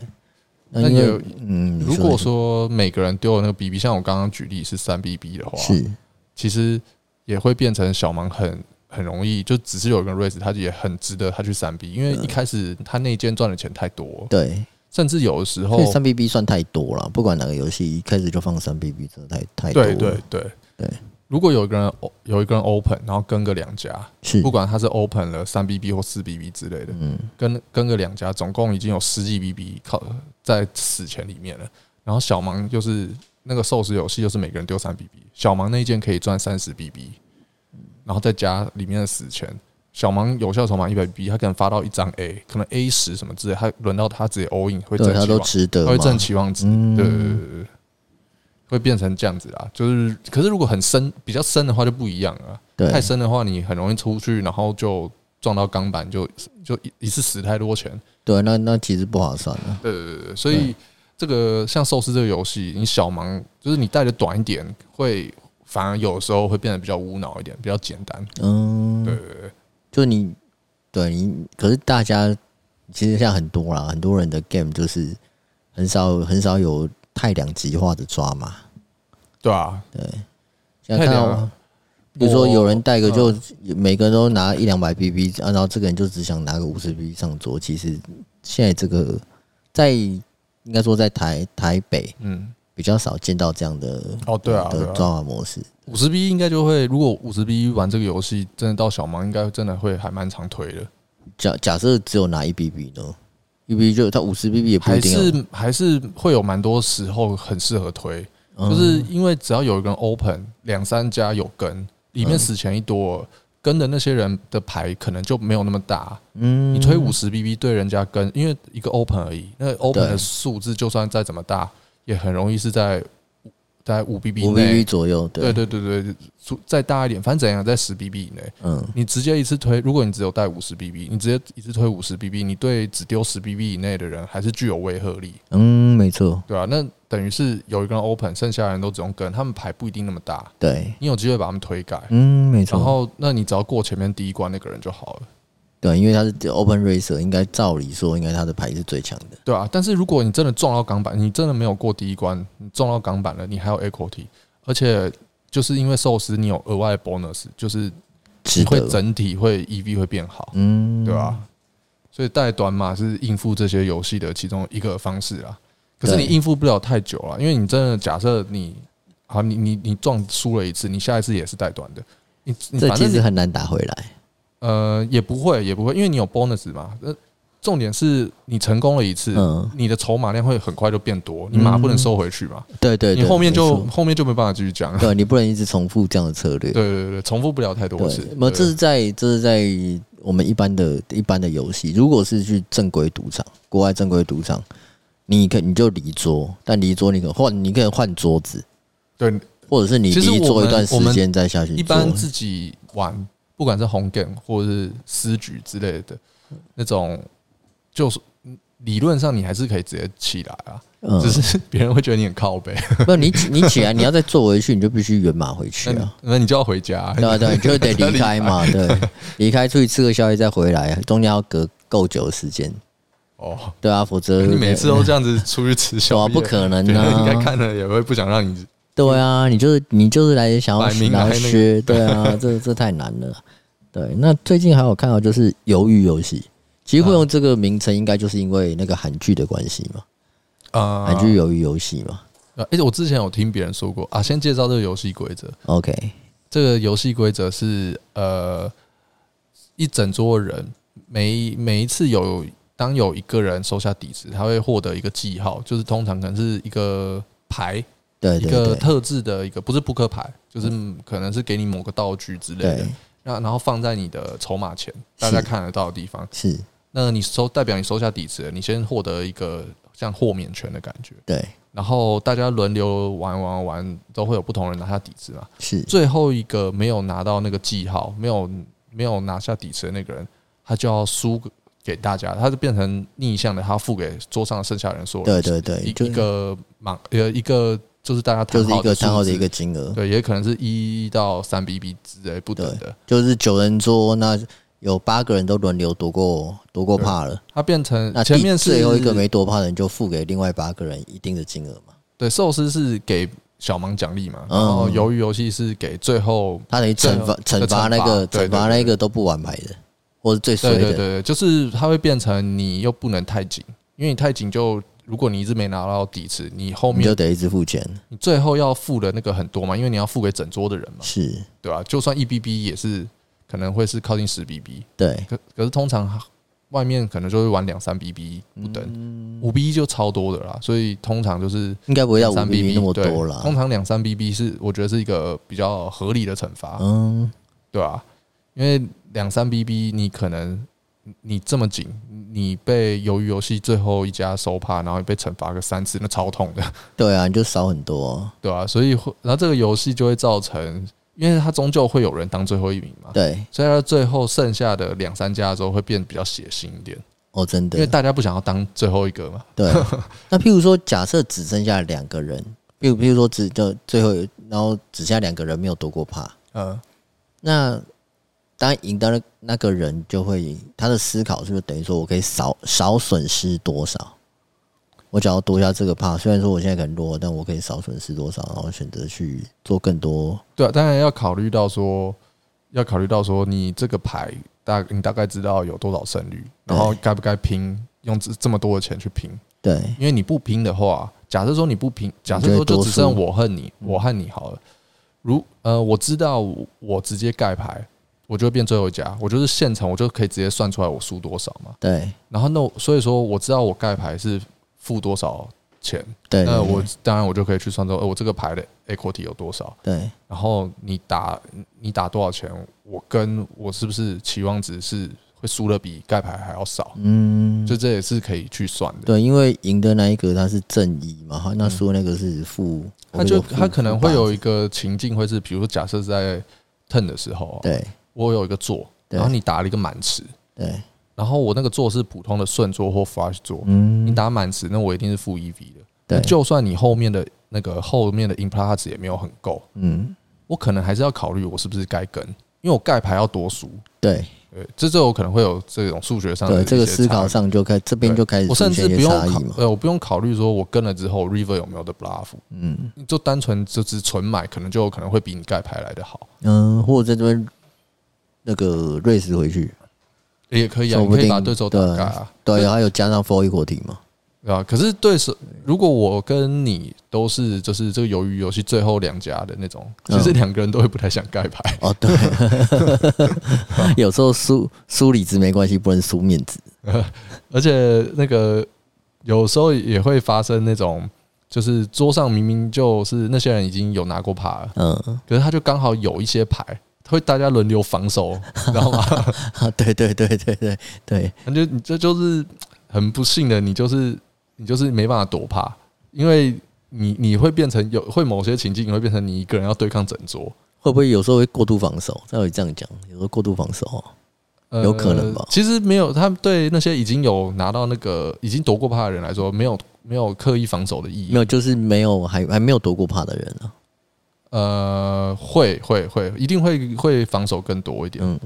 B: 那
A: 那
B: 因
A: 有
B: 为嗯，你
A: 如果
B: 你
A: 说每个人丢的那个 BB，像我刚刚举例是三 BB 的话，
B: 是
A: 其实也会变成小盲很很容易，就只是有一个 raise，他也很值得他去三 B，因为一开始他那间赚的钱太多，
B: 对，
A: 甚至有的时候
B: 所以三 B B 算太多了，不管哪个游戏一开始就放三 B B，真的太太多了。
A: 对对对
B: 对。
A: 如果有一个人有一个人 open，然后跟个两家，
B: 是
A: 不管他是 open 了三 BB 或四 BB 之类的，
B: 嗯，
A: 跟跟个两家，总共已经有十几 BB 靠在死前里面了。然后小盲就是那个寿司游戏，就是每个人丢三 BB，小盲那一件可以赚三十 BB，然后再加里面的死钱。小盲有效筹码一百 BB，他可能发到一张 A，可能 A 十什么之类，他轮到他直接 all in 会
B: 对
A: 挣
B: 他
A: 期
B: 都
A: 望，
B: 值得
A: 他
B: 嘛，
A: 会挣期望值，
B: 嗯
A: 对对对对对，会变成这样子啦。就是可是如果很深比较深的话就不一样了。
B: 对
A: 太深的话，你很容易出去，然后就撞到钢板，就就一一次死太多钱。
B: 对，那那其实不划算啊。
A: 对对对对，所以这个像寿司这个游戏，你小盲就是你带的短一点，会反而有时候会变得比较无脑一点，比较简单。
B: 嗯，
A: 对对对，
B: 就你对你，可是大家其实现在很多啦，很多人的 game 就是很少很少有太两极化的抓嘛。
A: 对啊，
B: 现在看
A: 太两啊
B: 到，比如说有人带个
A: 我
B: 就每个人都拿一两百 BB，啊然后这个人就只想拿个五十 BB 上桌。其实现在这个在应该说在台台北
A: 嗯，
B: 比较少见到这样的
A: 哦对啊，对
B: 的
A: 啊，
B: 抓法模式。
A: 五十 B 应该就会，如果五十 B 玩这个游戏，真的到小盲，应该真的会还蛮常推的，
B: 假假设只有拿一 BB 呢，一 BB 就他五十 BB 也不
A: 还
B: 一定哦要
A: 是还是会有蛮多时候很适合推。
B: 嗯
A: 就是因为只要有一个人 open，两三家有跟，里
B: 嗯
A: 面死钱一多，跟的那些人的牌可能就没有那么大。
B: 嗯
A: 你推五十 BB 对人家跟，因为一个 open 而已，那个 open
B: 对
A: 的数字就算再怎么大，也很容易是在在五 BB
B: 五 BB
A: 内。
B: 左右，
A: 对
B: 对，
A: 对对对，出再大一点，反正怎样，在十 BB 以内，
B: 嗯，
A: 你直接一次推。如果你只有带五十 BB，你直接一次推五十 BB，你对只丢十 BB 以内的人还是具有威慑力。
B: 嗯，没错，
A: 对啊，那等于是有一个人 open，剩下的人都只用跟，他们牌不一定那么大，
B: 对，
A: 你有机会把他们推改。
B: 嗯，没错。
A: 然后，那你只要过前面第一关那个人就好了，
B: 对，因为他是 Open Racer，应该照理说，应该他的牌是最强的。
A: 对啊。但是如果你真的撞到港板，你真的没有过第一关，你撞到港板了，你还有 equity，而且就是因为寿司你有额外的 bonus，就是
B: 值
A: 你会
B: 得。
A: 整体会 EV 会变好，
B: 嗯，
A: 对啊。所以带短码是应付这些游戏的其中一个方式啦。可是你
B: 对
A: 应付不了太久啊了，因为你真的假设你好，你你你撞输了一次，你下一次也是带短的，你你
B: 这
A: 反
B: 其
A: 正
B: 实
A: 你
B: 很难打回来。
A: 呃也不会也不会，因为你有 bonus 嘛。呃，重点是你成功了一次，
B: 嗯
A: 你的筹码量会很快就变多，你马不能收回去嘛，
B: 对嗯对
A: 你
B: 对，
A: 后面就
B: 没错
A: 后面就没办法继续讲了。
B: 对你不能一直重复这样的策略。
A: 对对对，重复不了太多次。
B: 没有，
A: 对
B: 这是在这是在我们一般的一般的游戏。如果是去正规赌场，国外正规赌场，你可你就离桌，但离桌你可换，你可以换桌子，
A: 对
B: 或者是你
A: 其实
B: 离
A: 我
B: 桌
A: 们
B: 一段时
A: 我们
B: 间再下去
A: 一
B: 做。
A: 般自己玩，不管是红 game 或者是私局之类的
B: 嗯
A: 那种，就是理论上你还是可以直接起来啊，
B: 嗯
A: 只是别人会觉得你很靠背，
B: 不，你起你起来，你要再坐回去，你就必须原码回去
A: 那你
B: 啊。
A: 那你就要回家啊、
B: 对啊，对，就得离开 嘛，对，离开出去吃个宵夜再回来，中间要隔够久的时间，
A: 哦，
B: 对啊，否则
A: 你每次都这样子出去吃
B: 对
A: 宵
B: 啊，
A: 夜，
B: 不可能
A: 别人应该
B: 啊，
A: 看了也会不想让你。
B: 对啊，你就是你就是来想要
A: 摆明来
B: 拿
A: 那个
B: 学，对啊，这这太难了，对。那最近还有看到就是鱿鱼游戏，其实会用这个名称，应该就是因为那个韩剧的关系嘛，
A: 啊
B: 韩剧鱿鱼游戏嘛
A: 呃，而且我之前有听别人说过啊，先介绍这个游戏规则。
B: ，OK，
A: 这个游戏规则是呃，一整桌的人，每每一次有当有一个人收下底池，他会获得一个记号，就是通常可能是一个牌，
B: 对
A: 一
B: 对
A: 个
B: 对嗯
A: 特制的一个，不是扑克牌，就是嗯可能是给你某个道具之类的
B: 对，，
A: 那然后放在你的筹码前，大家看得到的地方。
B: 是，
A: 那你收代表你收下底池了，你先获得一个像豁免权的感觉，
B: 对
A: 然后大家轮流玩玩玩，都会有不同人拿下底池嘛。
B: 是，
A: 最后一个没有拿到那个记号，没有没有拿下底池的那个人，他就要输给大家，他就变成逆向的，他付给桌上剩下的人所有
B: 对
A: 人
B: 对
A: 一
B: 对，就
A: 一个盲呃一个就是大家
B: 就是一个
A: 摊
B: 摊号的一个金额，
A: 对，也可能是一到三 BB 之类不等的，
B: 就是九人桌，那有八个人都轮流夺过夺过帕了，
A: 它变成
B: 那
A: 前
B: 第
A: 面是
B: 最后一个没夺帕的人就付给另外八个人一定的金额嘛，
A: 对寿司是给小盲奖励嘛，
B: 嗯
A: 然后鱿鱼游戏是给最后
B: 他等于惩罚
A: 最后
B: 惩罚那个
A: 对对
B: 惩罚
A: 对
B: 那个都不玩牌的，或是最衰
A: 对对对对，
B: 的，
A: 就是它会变成你又不能太紧，因为你太紧就如果你一直没拿到底池，你后
B: 你
A: 面
B: 就得一直付钱，
A: 你最后要付的那个很多嘛，因为你要付给整桌的人嘛，
B: 是
A: 对吧、就算一 BB 也是可能会是靠近十 BB，
B: 对
A: 可可是通常外面可能就会玩两三 BB 不等，五 BB 就超多的啦，所以通常就是
B: 应该不会到
A: 两
B: 嗯五
A: 三
B: BB 那么
A: 对
B: 多啦
A: 通，常两三 BB 是我觉得是一个比较合理的惩罚，
B: 嗯，
A: 对吧、因为两三 BB 你可能你这么紧，你被鱿鱼游戏最后一家收帕，然后你被惩罚个三次，那超痛的，
B: 对啊，你就少很多啊，
A: 对吧、所以会，然后这个游戏就会造成，因为它终究会有人当最后一名嘛，
B: 对，
A: 所以它最后剩下的两三家之后会变得比较血腥一点，
B: 哦，真的
A: 因为，大家不想要当最后一个嘛，
B: 对，那譬如说，假设只剩下两个人，譬如譬如说只就最后，然后只剩下两个人没有夺过帕，
A: 嗯，
B: 那当然赢的那个人就会他的思考是不是等于说我可以少少损失多少？我只要多下这个帕，虽然说我现在可能弱，但我可以少损失多少，然后选择去做更多。
A: 对啊，当然要考虑到说，要考虑到说你这个牌大你大概知道有多少胜率，然后该不该拼，用这这么多的钱去拼，
B: 对
A: 因为你不拼的话，假设说你不拼，假设
B: 你就
A: 说
B: 会多
A: 就只剩
B: 输嗯
A: 我和你，我和你好了。如呃，我知道我我直接盖牌，我就会变最后一家，我就是现成，我就可以直接算出来我输多少嘛。
B: 对
A: 然后那我所以说我知道我盖牌是付多少钱，
B: 对，
A: 那我当然我就可以去算出，呃，我这个牌的 equity 有多少。
B: 对
A: 然后你打你打多少钱，我跟我是不是期望值是会输的比盖牌还要少，
B: 嗯，
A: 就这也是可以去算的。嗯
B: 对，因为赢的那一个他是正一嘛，哈那输的那个是负，
A: 他就
B: 我负
A: 他可能会有一
B: 负
A: 个情境，会是比如说假设是在 turn 的时候啊
B: 八，对
A: 我有一个做，
B: 对
A: 然后你打了一个满池，
B: 对，
A: 然后我那个做是普通的顺做或 flush 做，
B: 嗯
A: 你打满池，那我一定是负 EV 的。
B: 对
A: 那就算你后面的那个后面的 i m p l a t 值也没有很够，
B: 嗯，
A: 我可能还是要考虑我是不是该跟，因为我盖牌要多输，
B: 对
A: 对，这这我可能会有这种数学上的
B: 对，
A: 一
B: 这个
A: 些
B: 思
A: 差
B: 考
A: 异，
B: 上就开这边
A: 对
B: 就开始
A: 我
B: 出
A: 甚至
B: 现一
A: 不
B: 些
A: 用
B: 哎差异
A: 考，
B: 嘛。
A: 呃，我不用考虑说我跟了之后 river 有没有的 bluff，
B: 嗯
A: 你就单纯就只纯买，可能就有可能会比你盖牌来的好，
B: 嗯，或者在这边那个瑞士回去，
A: 也可以啊，
B: 说
A: 你
B: 不
A: 可以
B: 定
A: 把对手打
B: 对
A: 盖啊，
B: 对，还有加上 for equity 嘛，
A: 对吧？可是对手，如果我跟你都是就是这个鱿鱼游戏最后两家的那种，其实
B: 嗯
A: 两个人都会不太想盖牌，
B: 哦对， 有时候输输理值没关系，不能输面子。
A: 而且那个有时候也会发生那种。就是桌上明明就是那些人已经有拿过牌了，
B: 嗯，
A: 可是他就刚好有一些牌，会大家轮流防守，你知道吗？
B: 啊对对对对对对，
A: 那就你这就是很不幸的，你就是你就是没办法躲怕，因为你你会变成有会某些情境，你会变成你一个人要对抗整桌，
B: 会不会有时候会过度防守？照理这样讲，有时候过度防守哦，
A: 呃
B: 有可能吧
A: 其实没有，他们对那些已经有拿到那个已经夺过帕的人来说，没有没有刻意防守的意
B: 没
A: 义。
B: 有，就是没有还还没有夺过帕的人啊。
A: 呃，会会会，一定会会防守更多一点，
B: 嗯，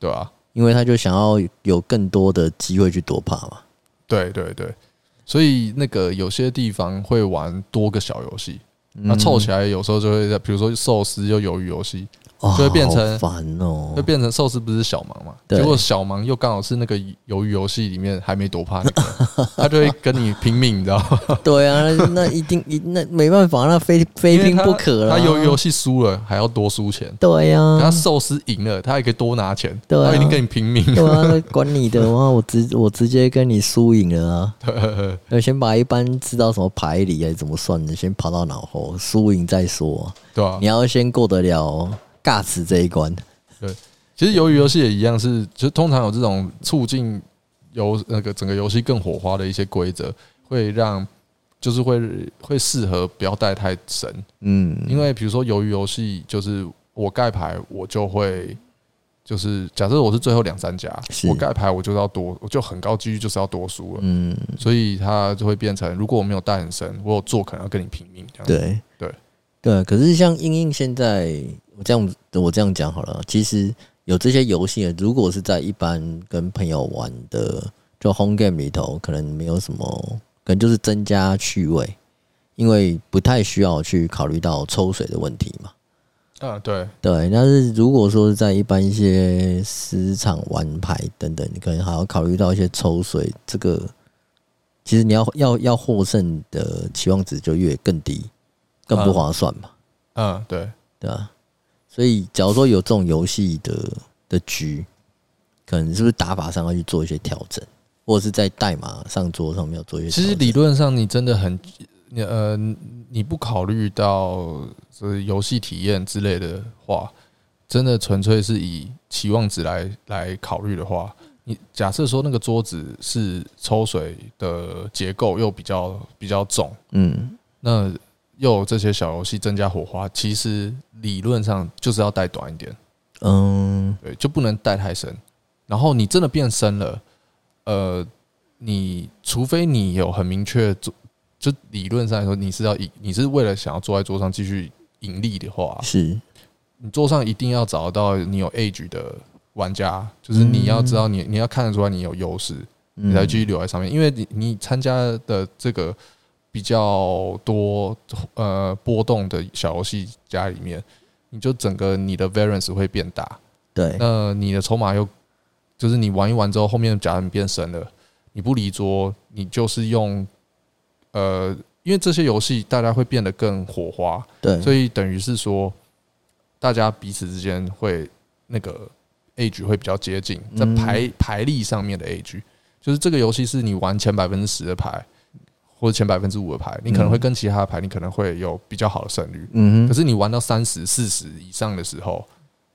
A: 对吧、
B: 因为他就想要有更多的机会去夺帕嘛。
A: 对对对，所以那个有些地方会玩多个小游戏，那
B: 嗯
A: 凑起来有时候就会在，比如说寿司又鱿鱼游戏，
B: 哦
A: 就会变成
B: 好烦哦
A: 会。变成寿司不是小盲嘛？
B: 对
A: 结果小盲又刚好是那个鱿鱼游戏里面还没多怕那 个，他就会跟你拼命，你知道吗？
B: 对啊，那那一定一那没办法，那非非拼不可啊
A: 因为
B: 了。
A: 他他鱿鱼游戏输了还要多输钱，
B: 对呀、
A: 可他
B: 啊，
A: 寿司赢了他还可以多拿钱，
B: 对啊
A: 他一定跟你拼命。
B: 对啊，那管你的哇！我直 我直接跟你输赢了啊！ 要先把一般知道什么牌理还是怎么算的，先跑到脑后，输赢再说啊、
A: 对啊
B: 你，要先过得了尬词这一关。
A: 其实鱿鱼游戏也一样是，就通常有这种促进游那个整个游戏更火花的一些规则，会让就是会会适合不要带太深，
B: 嗯，
A: 因为比如说鱿鱼游戏就是我盖牌我就会。就是假设我是最后两三家，
B: 是
A: 我盖牌我就是要多，我就很高几率就是要多输了，
B: 嗯，
A: 所以它就会变成，如果我没有带很深，我有做可能要跟你拼命这样。，
B: 对
A: 对
B: 对。啊可是像英英现在，我这样我这样讲好了，其实有这些游戏，如果是在一般跟朋友玩的，就 home game 里头，可能没有什么，可能就是增加趣味，因为不太需要去考虑到抽水的问题嘛。
A: 啊，对，
B: 对，但是如果说是在一般一些市场玩牌等等，你可能还要考虑到一些抽水这个，其实你要要要获胜的期望值就越更低，更不
A: 嗯
B: 划算嘛，
A: 嗯，对，
B: 对吧、所以假如说有这种游戏的的局，可能是不是打法上要去做一些调整，或者是在代码上桌上面要做一些
A: 其
B: 调整？
A: 实理论上你真的很，你呃，你不考虑到这游戏体验之类的话，真的纯粹是以期望值来来考虑的话，你假设说那个桌子是抽水的结构又比较比较重，
B: 嗯，
A: 那又有这些小游戏增加火花，其实理论上就是要带短一点。
B: 嗯
A: 对，就不能带太深。然后你真的变深了，呃，你除非你有很明确做，就理论上来说，你是要赢，你是为了想要坐在桌上继续盈利的话，
B: 是
A: 你桌上一定要找到你有 age 的玩家，就是你要知道你你要看得出来你有优势，
B: 嗯
A: 你才继续留在上面，因为你你参加的这个。比较多呃波动的小游戏家里面，你就整个你的 variance 会变大，
B: 对，
A: 那你的筹码又就是你玩一玩之后，后面假如你变深了，你不离桌，你就是用呃，因为这些游戏大家会变得更火花，
B: 对，
A: 所以等于是说，大家彼此之间会那个 A 局会比较接近，在
B: 嗯
A: 排排力上面的 A 局，就是这个游戏是你玩前百分之十的牌，或者前百分之五的牌，你可能会跟其他的牌，你可能会有比较好的胜率。
B: 嗯
A: 可
B: 哼，
A: 是你玩到三十、四十以上的时候，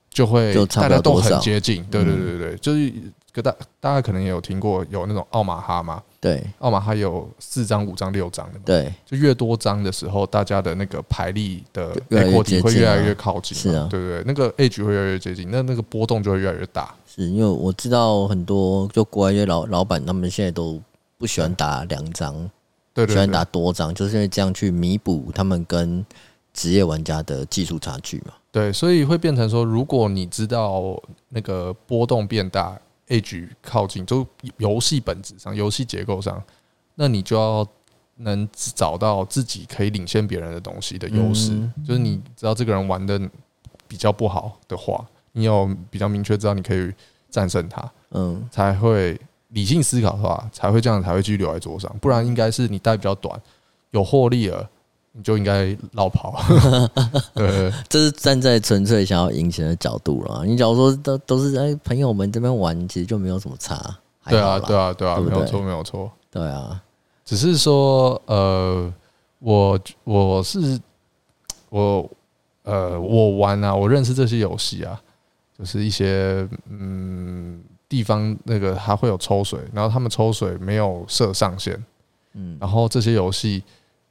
A: 就会
B: 就差
A: 大
B: 不了
A: 家都
B: 多少嗯
A: 很接近。对对对对对，就是个大大家可能也有听过有那种奥马哈嘛，
B: 对
A: 奥马哈有四张、五张、六张的嘛，
B: 对，
A: 就越多张的时候，大家的那个排力的
B: 越来越
A: equity 会
B: 接近
A: 越
B: 啊
A: 来越靠近嘛，
B: 是啊
A: 对对对，那个 A 局会越来越接近，那那个波动就会越来越大。
B: 是因为我知道很多就国外一些老老板，他们现在都不喜欢打两张，
A: 对
B: 喜
A: 对
B: 欢
A: 对
B: 打多张，就是因为这样去弥补他们跟职业玩家的技术差距嘛。
A: 对，所以会变成说，如果你知道那个波动变大，A 局靠近，就游戏本质上、游戏结构上，那你就要能找到自己可以领先别人的东西的优势。
B: 嗯
A: 就是你知道这个人玩的比较不好的话，你有比较明确知道你可以战胜他，
B: 嗯，
A: 才会理性思考的话，才会这样才会继续留在桌上。不然应该是你带比较短，有获利了，你就应该绕跑。 对对对
B: 这是站在纯粹想要赢钱的角度了。你假如说都都是哎朋友们这边玩，其实就没有什么差，还
A: 对
B: 好
A: 啊，
B: 啦
A: 对啊，对啊，
B: 对不
A: 没有
B: 对
A: 错，没有错。
B: 对啊，
A: 只是说，呃，我我是我呃，我玩啊，我认识这些游戏啊，就是一些嗯地方那个它会有抽水，然后他们抽水没有设上限，
B: 嗯，
A: 然后这些游戏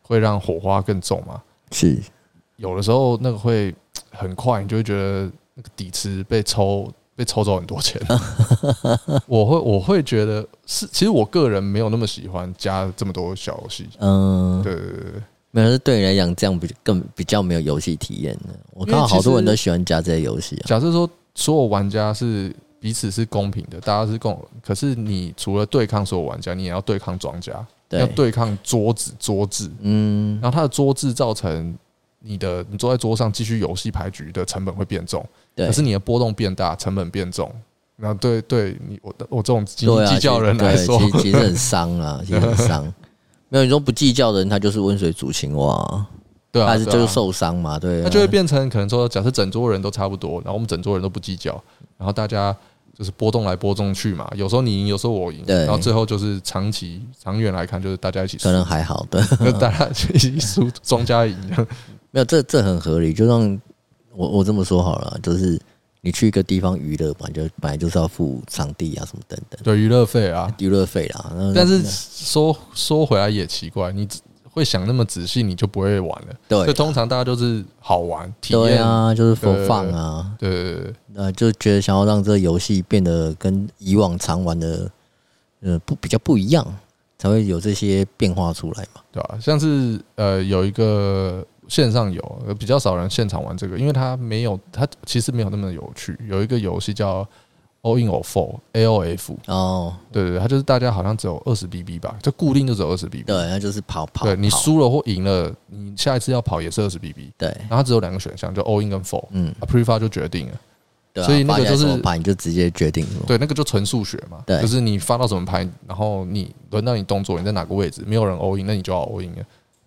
A: 会让火花更重嘛。
B: 是
A: 有的时候那个会很快，你就会觉得那个底池被抽被抽走很多 钱。我会我会觉得是，其实我个人没有那么喜欢加这么多小游戏。
B: 嗯，
A: 对对对对
B: 没有是对你来讲这样比更比较没有游戏体验的。我看到
A: 因为其
B: 好多人
A: 实
B: 都喜欢加这些游戏啊，
A: 假设说所有玩家是彼此是公平的，大家是共，可是你除了对抗所有玩家，你也要对抗庄家，要
B: 对，
A: 对抗桌子桌子，
B: 嗯，
A: 然后它的桌子造成你的你坐在桌上继续游戏牌局的成本会变重，
B: 对
A: 可是你的波动变大，成本变重。那对对你我我这种计
B: 对啊，
A: 计较人
B: 其实
A: 来说
B: 对，其实其实很伤啊，其 实很伤。没有，你说不计较的人，他就是温水煮青蛙啊，
A: 对啊，
B: 他是
A: 对啊
B: 就是受伤嘛，对啊，
A: 那就会变成可能说，假设整桌人都差不多，然后我们整桌人都不计较，然后大家就是波动来波动去嘛，有时候你赢，有时候我赢，
B: 对
A: 然后最后就是长期长远来看，就是大家一起输
B: 可，能还好的，
A: 就大家一起输，庄家赢 这样。
B: 没有，这这很合理。就让我我这么说好了，就是你去一个地方娱乐嘛，就本来就是要付场地啊什么等等
A: 对娱乐费 啊，
B: 娱乐费啦。那
A: 但是说说回来也奇怪，你会想那么仔细，你就不会玩了。所以
B: 对
A: 通常大家就是好玩体
B: 啊对
A: 验，
B: 啊，就是
A: 对对
B: for fun 啊，
A: 对对对对
B: 那就觉得想要让这个游戏变得跟以往常玩的呃不比较不一样，才会有这些变化出来嘛。
A: 对吧、像是呃有一个线上有呃比较少人现场玩这个，因为它没有它其实没有那么有趣。有一个游戏叫 All In or Four A O F，
B: 哦，
A: 对对对，它就是大家好像只有二十 BB 吧，就固定就只有二十 BB。
B: 对，那就是跑跑，
A: 对你
B: 跑
A: 输了或赢了，你下一次要跑也是二十 BB，
B: 对，
A: 然后它只有两个选项，就 all in 跟 four，
B: 嗯，
A: 啊 pre 发就决定了。
B: 对啊、
A: 所以那个
B: 发下来
A: 就是
B: 什么牌你就直接决定了。
A: 对，那个就纯数学嘛，
B: 对
A: 就是你发到什么牌，然后你轮到你动作，你在哪个位置，没有人 all in，那你就要 all in 了。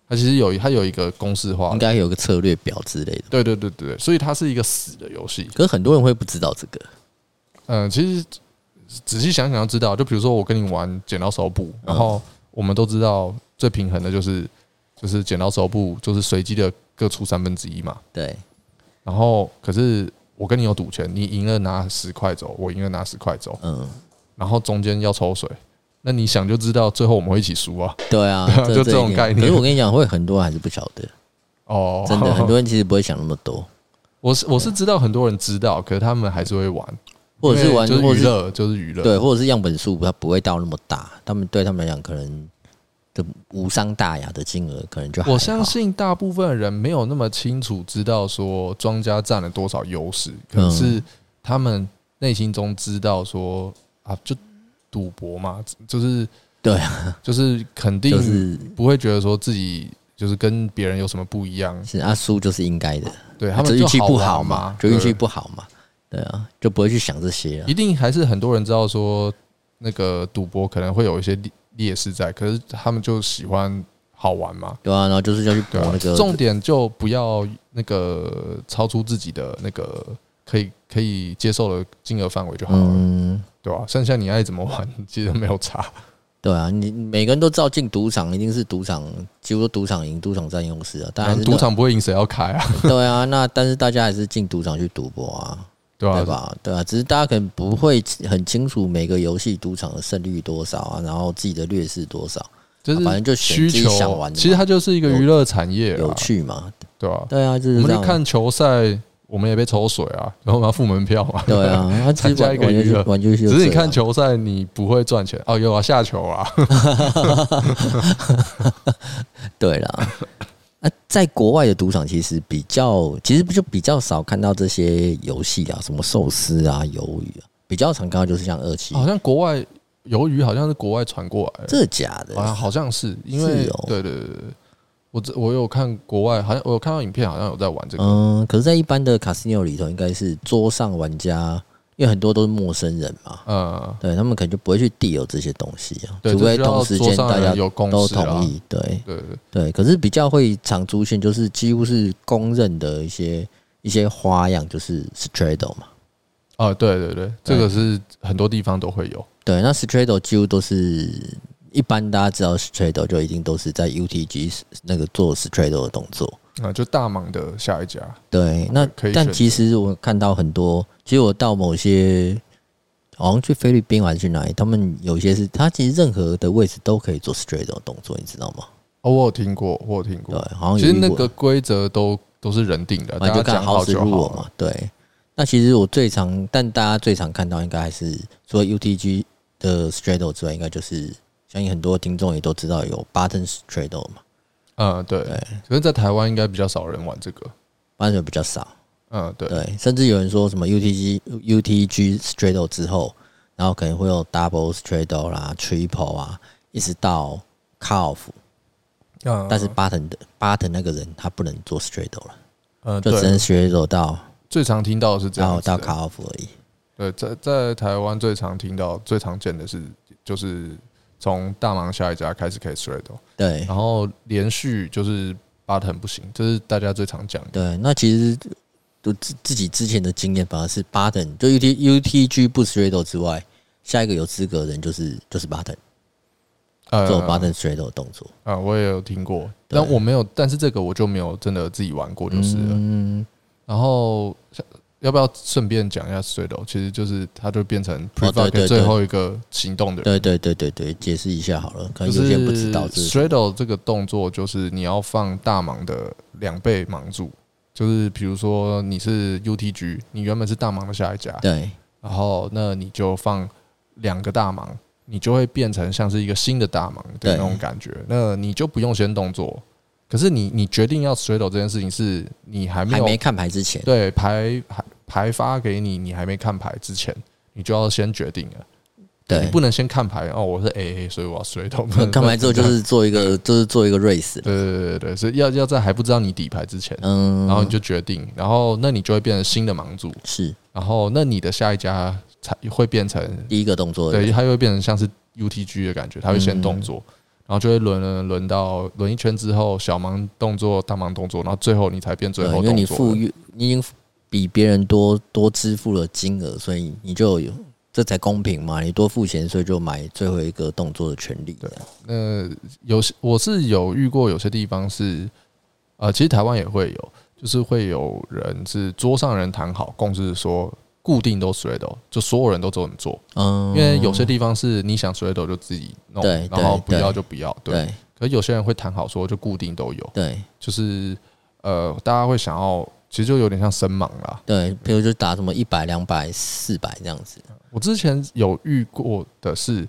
A: 它其实有一它有一个公式化的，
B: 应该有个策略表之类的。
A: 对对对对，对所以它是一个死的游戏。
B: 可是很多人会不知道这个，
A: 嗯、其实仔细想想要知道，就比如说我跟你玩剪刀手布，
B: 嗯
A: 然后我们都知道最平衡的就是就是剪刀手布，就是随机的各出三分之一嘛。
B: 对
A: 然后可是我跟你有赌钱，你赢了拿十块走，我赢了拿十块走，
B: 嗯，
A: 然后中间要抽水，那你想就知道最后我们会一起输啊。
B: 对啊，
A: 对啊就
B: 这
A: 这种
B: 一定
A: 概念
B: 可是我跟你讲，会很多人还是不晓得，
A: 哦，
B: 真的，很多人其实不会想那么多，
A: 我是我是知道很多人知道，可是他们还是会玩，
B: 或者是玩，
A: 因为就
B: 或
A: 是
B: 者
A: 娱
B: 是
A: 乐，就是娱乐。
B: 对，或者是样本数它不会到那么大，他们对他们来讲可能的无伤大雅的金额，可能就还好
A: 我相信大部分人没有那么清楚知道说庄家占了多少优势，可
B: 嗯
A: 是他们内心中知道说啊，就赌博嘛，就是
B: 对
A: 啊，就是肯定
B: 就是
A: 不会觉得说自己就是跟别人有什么不一样，
B: 是啊，输就是应该的，
A: 对他
B: 只
A: 们
B: 是运气
A: 就
B: 不
A: 玩
B: 好
A: 嘛
B: 嘛，，就运气
A: 对
B: 不好嘛，对啊，就不会去想这些了
A: 一，定还是很多人知道说那个赌博可能会有一些劣劣势在，可是他们就喜欢好玩嘛。
B: 对啊，然后就是要去
A: 对
B: 搏
A: 啊
B: 那个，
A: 重点就不要那个超出自己的那个可以可以接受的金额范围就好了，
B: 嗯。
A: 对吧、剩下你爱怎么玩， 其实没有差。
B: 对啊，你你每个人都知道进赌场一定是赌场，几乎都赌场赢，赌场占优势啊。当然
A: 嗯赌场不会赢，谁要开啊？
B: 对啊，那但是大家还是进赌场去赌博啊，
A: 对吧、
B: 对吧？对啊，只是大家可能不会很清楚每个游戏赌场的胜率多少啊，然后自己的劣势多少，
A: 就是
B: 啊反正就选
A: 需
B: 自己
A: 求
B: 想玩，的嘛
A: 其实它就是一个娱乐产业
B: 有
A: 啦，
B: 趣嘛？
A: 对吧、
B: 对啊，就
A: 啊我们
B: 是这
A: 去
B: 样。
A: 看球赛，我们也被抽水啊， 然后我们要付门票嘛。
B: 对 啊，那其
A: 参
B: 实
A: 加
B: 玩
A: 一个
B: 玩
A: 娱
B: 游戏
A: 乐
B: 玩游戏就
A: 只是你
B: 这样啊
A: 看球赛，你不会赚钱哦。有啊，下球啊，
B: 对啦， 啊，在国外的赌场其实比较，其实就比较少看到这些游戏啊，什么寿司啊、鱿鱼啊，比较常看到就是像二期，
A: 好像国外鱿鱼好像是国外传过来的，
B: 这假的
A: 啊，好像是因为
B: 是哦
A: 对对对对，我这我有看国外，好像我有看到影片，好像有在玩这个，
B: 嗯，可是，在一般的 casino 里头，应该是桌上玩家，因为很多都是陌生人嘛，
A: 呃，
B: 对他们可能就不会去 deal 这些东西啊，
A: 对，
B: 嗯除非
A: 这就
B: 同
A: 要
B: 时
A: 桌
B: 间
A: 上
B: 大
A: 的
B: 家
A: 人有啊共
B: 都
A: 识啦
B: 同，意，对
A: 对对对
B: 对。可是比较会常出现，就是几乎是公认的一些一些花样，就是 straddle 嘛，
A: 啊，对对
B: 哎
A: 对，这个是很多地方都会有，
B: 对，那 straddle 几乎都是一般大家知道 straddle 就一定都是在 UTG 那个做 straddle 的动作，
A: 啊，就大忙的下一家，
B: 对，那
A: 可以选
B: 但
A: 择
B: 其实我看到很多，其实我到某些好像去菲律宾还是去哪里，他们有些是，他其实任何的位置都可以做 straight 的动作，你知道吗？
A: 哦，我有听过，我有听
B: 对
A: 过，，
B: 好像
A: 其
B: 有
A: 实
B: 遇
A: 那
B: 过
A: 个规则都都是人定的，
B: 反
A: 大家
B: 正就看
A: 讲好
B: house
A: 就
B: rule
A: 好
B: 嘛
A: 了，，
B: 对。那其实我最常，但大家最常看到应该还是除了 UTG 的 straddle 之外，应该就是相信很多听众也都知道有 button straddle 嘛，
A: 嗯，对，
B: 对
A: 可是在台湾应该比较少人玩这个，
B: ，button 比较少，
A: 嗯，对。
B: 对，甚至有人说什么 UTG UTG straddle 之后，然后可能会有 double straddle 啦、triple 啊，一直到 calf，
A: 嗯，
B: 但是巴腾的巴腾那个人他不能做 straddle 了，
A: 嗯，
B: 就只
A: 对，
B: 能哦 straddle 到
A: 最常听到的是这
B: 到
A: 样子
B: 到
A: 的，
B: 卡奥夫而已。
A: 对，在在台湾最常听到、最常见的是，就是从大忙下一家开始可以 straddle，
B: 对
A: 然后连续就是八藤不行，这是大家最常讲的。
B: 对，那其实我自自己之前的经验反而是巴腾，就 U T U T G 不 straddle 之外，下一个有资格的人就是就是巴腾
A: 呃
B: 做巴腾 straddle 的动作。
A: 啊，我也有听过，
B: 对
A: 但我没有，但是这个我就没有真的自己玩过，就是了。
B: 嗯，
A: 然后要不要顺便讲一下 straddle？其实就是它就变成 p r
B: 哦
A: e v a
B: 对对
A: c
B: 对
A: 最后一个行动的人。
B: 对对对对对，解释一下好了，可
A: 就是
B: 能呃有些人不知道这是什么
A: straddle 这个动作，就是你要放大盲的两倍盲注，就是比如说你是 UTG，你原本是大盲的下一家，
B: 对
A: 然后那你就放两个大盲，你就会变成像是一个新的大盲
B: 对
A: 的那种感觉。那你就不用先动作，可是你你决定要 straddle 这件事情是你还没
B: 还
A: 有
B: 没看牌之前，
A: 对排排排发给你，你还没看牌之前，你就要先决定了。你
B: 对，
A: 不能先看牌哦，我是 AA，所以我要 straddle 不能。
B: 看牌之后就是做一个就是做一个 race 了。
A: 对对对对对，所以要要在还不知道你底牌之前，
B: 嗯，
A: 然后你就决定，然后那你就会变成新的盲组，
B: 是
A: 然后那你的下一家才会变成，
B: 第一个动作的
A: 对，
B: 人，
A: 它会变成像是 UTG 的感觉，它会先
B: 嗯
A: 动作，然后就会轮轮轮到轮一圈之后，小盲动作、大盲动作，然后最后你才变最
B: 对，
A: 后
B: 因为
A: 动
B: 你
A: 作
B: 付
A: 的。
B: 你已经比别人多多支付了金额，所以你就有这才公平嘛，你多付钱，所以就买最后一个动作的权利。对，
A: 那有些我是有遇过，有些地方是，呃，其实台湾也会有，就是会有人是桌上人谈好共识说。固定都 straddle，就所有人都这么做，
B: 嗯
A: 因为有些地方是你想 straddle 就自己弄，
B: 对
A: 然后
B: 对
A: 不要
B: 对
A: 就不要，对。
B: 对
A: 可是有些人会谈好说就固定都有，
B: 对
A: 就是呃，大家会想要，其实就有点像身盲啦。
B: 对，比如就打什么一百、两百、四百这样子。
A: 我之前有遇过的是，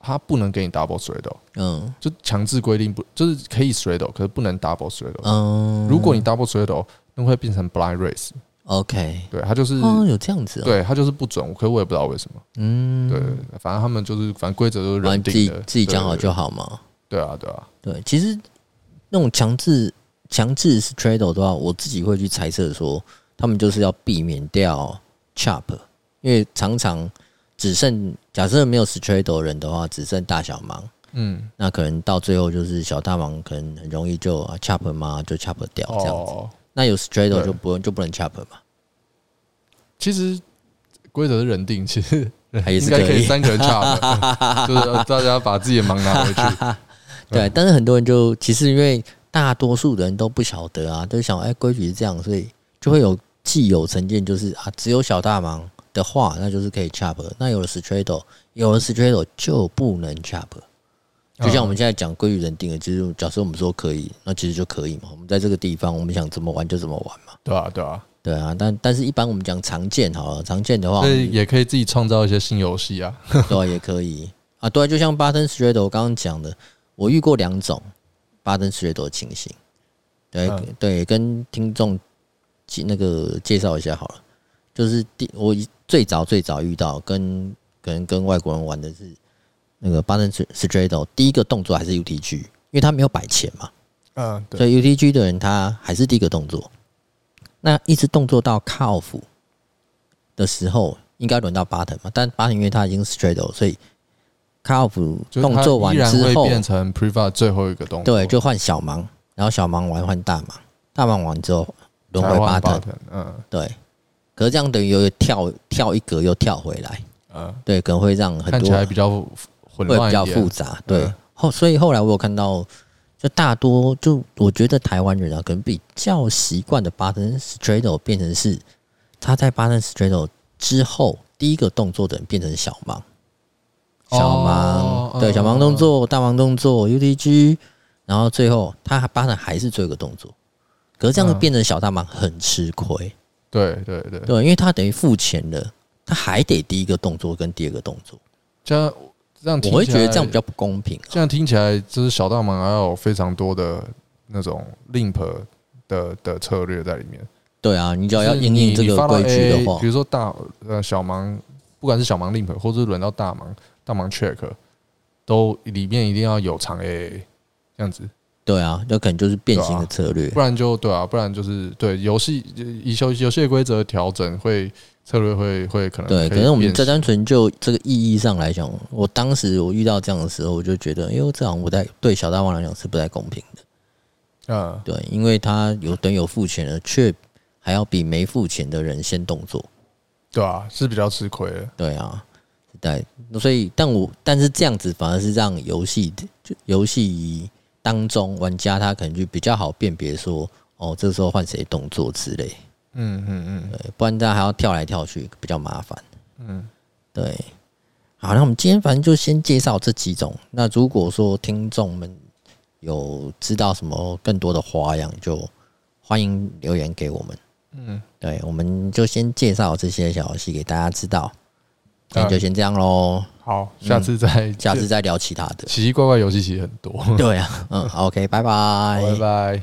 A: 他不能给你 double straddle，
B: 嗯
A: 就强制规定不，就是可以 straddle，可是不能 double straddle。
B: 嗯，
A: 如果你 double straddle，那会变成 blind race，
B: OK，
A: 对他就是。
B: 哦，有这样子哦，
A: 对他就是不准，可是我也不知道为什么。
B: 嗯，
A: 对，反正他们就是，反正规则都是
B: 反
A: 人
B: 正自
A: 定
B: 己
A: 的。
B: 自己讲
A: 对
B: 好就好嘛。
A: 对啊，对啊，
B: 对，其实那种强制强制 straddle 的话，我自己会去猜测说，他们就是要避免掉 chop，因为常常只剩假设没有 straddle 的人的话，只剩大小盲，
A: 嗯，
B: 那可能到最后就是小大盲可能很容易就啊 chop 嘛，就 chop 掉这样子。
A: 哦，
B: 那有 straddle
A: 对
B: 就不就不能 chop 嘛？
A: 其实规则是人定，其实
B: 还也
A: 应
B: 是
A: 该
B: 可
A: 可以
B: 以。
A: 三个人差 的，就是大家把自己的忙拿回去。
B: 对，但是很多人就其实因为大多数人都不晓得啊，都想哎规矩是这样，所以就会有既有成见，就是啊只有小大盲的话，那就是可以 chop，那有了 straddle，有了 straddle 就不能 chop。就像我们现在讲规矩人定的，其实假设我们说可以，那其实就可以嘛。我们在这个地方，我们想怎么玩就怎么玩嘛。
A: 对啊，对啊，
B: 对啊，但但是一般我们讲常见好了，常见的话，我
A: 所
B: 们
A: 以也可以自己创造一些新游戏啊。
B: 对啊、也可以啊。对啊，就像 button straddle 我刚刚讲的，我遇过两种 button straddle 的情形。对、
A: 嗯
B: 对，跟听众介那个介绍一下好了。就是第我一最早最早遇到跟可能跟外国人玩的是那个 button straddle，第一个动作还是 UTG，因为他没有摆钱嘛，
A: 嗯，
B: 所，以 UTG 的人他还是第一个动作。那一直动作到 calf 的时候，应该轮到 button 嘛？但 button 因为他已经 straddle，所以 calf
A: 就是它
B: 动作完
A: 依然
B: 之
A: 会
B: 后，
A: 变成 p r e v a 最后一个动作，
B: 对，就换小盲，然后小盲完换大盲，大盲完之后轮回
A: 台湾
B: button，
A: button，嗯
B: 对。可是这样等于有跳跳一格又跳回来，
A: 嗯，
B: 对，可能会让很
A: 看起
B: 多
A: 来比较混
B: 会比
A: 乱
B: 较
A: 一
B: 复
A: 点。
B: 杂，对
A: 嗯。
B: 后所以后来我有看到，就大多就我觉得台湾人啊，可能比较习惯的 button straddle 变成是他在 button straddle 之后第一个动作的人变成小盲，小盲、
A: 哦
B: 对
A: 嗯
B: 小盲动作、大盲动作 UDG，然后最后他 button 还是做一个动作，可是这样
A: 嗯
B: 变成小大盲很吃亏，
A: 对对对，
B: 对，因为他等于付钱了，他还得第一个动作跟第二个动作，
A: 这样这样听
B: 我会
A: 起
B: 觉得
A: 来
B: 这样比较不公平、啊。
A: 这样听起来，就是小大盲还有非常多的那种 limp 的的策略在里面。
B: 对啊，你只要要
A: 就是
B: 应
A: 你
B: 应这
A: 你
B: 个
A: 发到
B: 规矩
A: AA
B: 的话
A: 比，如说大呃小盲，不管是小盲 limp 或者是轮到大盲大盲 check，都里面一定要有长 AA 这样子。
B: 对啊，那可能就是变形的策略。
A: 不然就对啊，不然就是对游戏以游游戏的规则调整会策略会会可能
B: 对，
A: 啊可
B: 可
A: 以
B: 能我们
A: 变
B: 这单纯就这个意义上来讲，我当时我遇到这样的时候，我就觉得，哎呦，这好像不太对小大王来讲是不太公平的。
A: 嗯
B: 对，因为他有等有付钱的，却还要比没付钱的人先动作。
A: 对啊是比较吃亏的，
B: 对啊，对，所以但我但是这样子反而是让游戏就游戏当中玩家他可能就比较好辨别说，哦，这时候换谁动作之类，
A: 嗯嗯
B: 对，不然大家还要跳来跳去，比较麻烦。
A: 嗯嗯，
B: 对，好，那我们今天反正就先介绍这几种。那如果说听众们有知道什么更多的花样，就欢迎留言给我们。
A: 嗯，
B: 对，我们就先介绍这些小游戏给大家知道。那就先这样喽，
A: 好，下次再、
B: 嗯下次再聊其他的。
A: 奇奇怪怪游戏其实很多，
B: 对啊，嗯，好，OK，拜拜
A: 拜拜。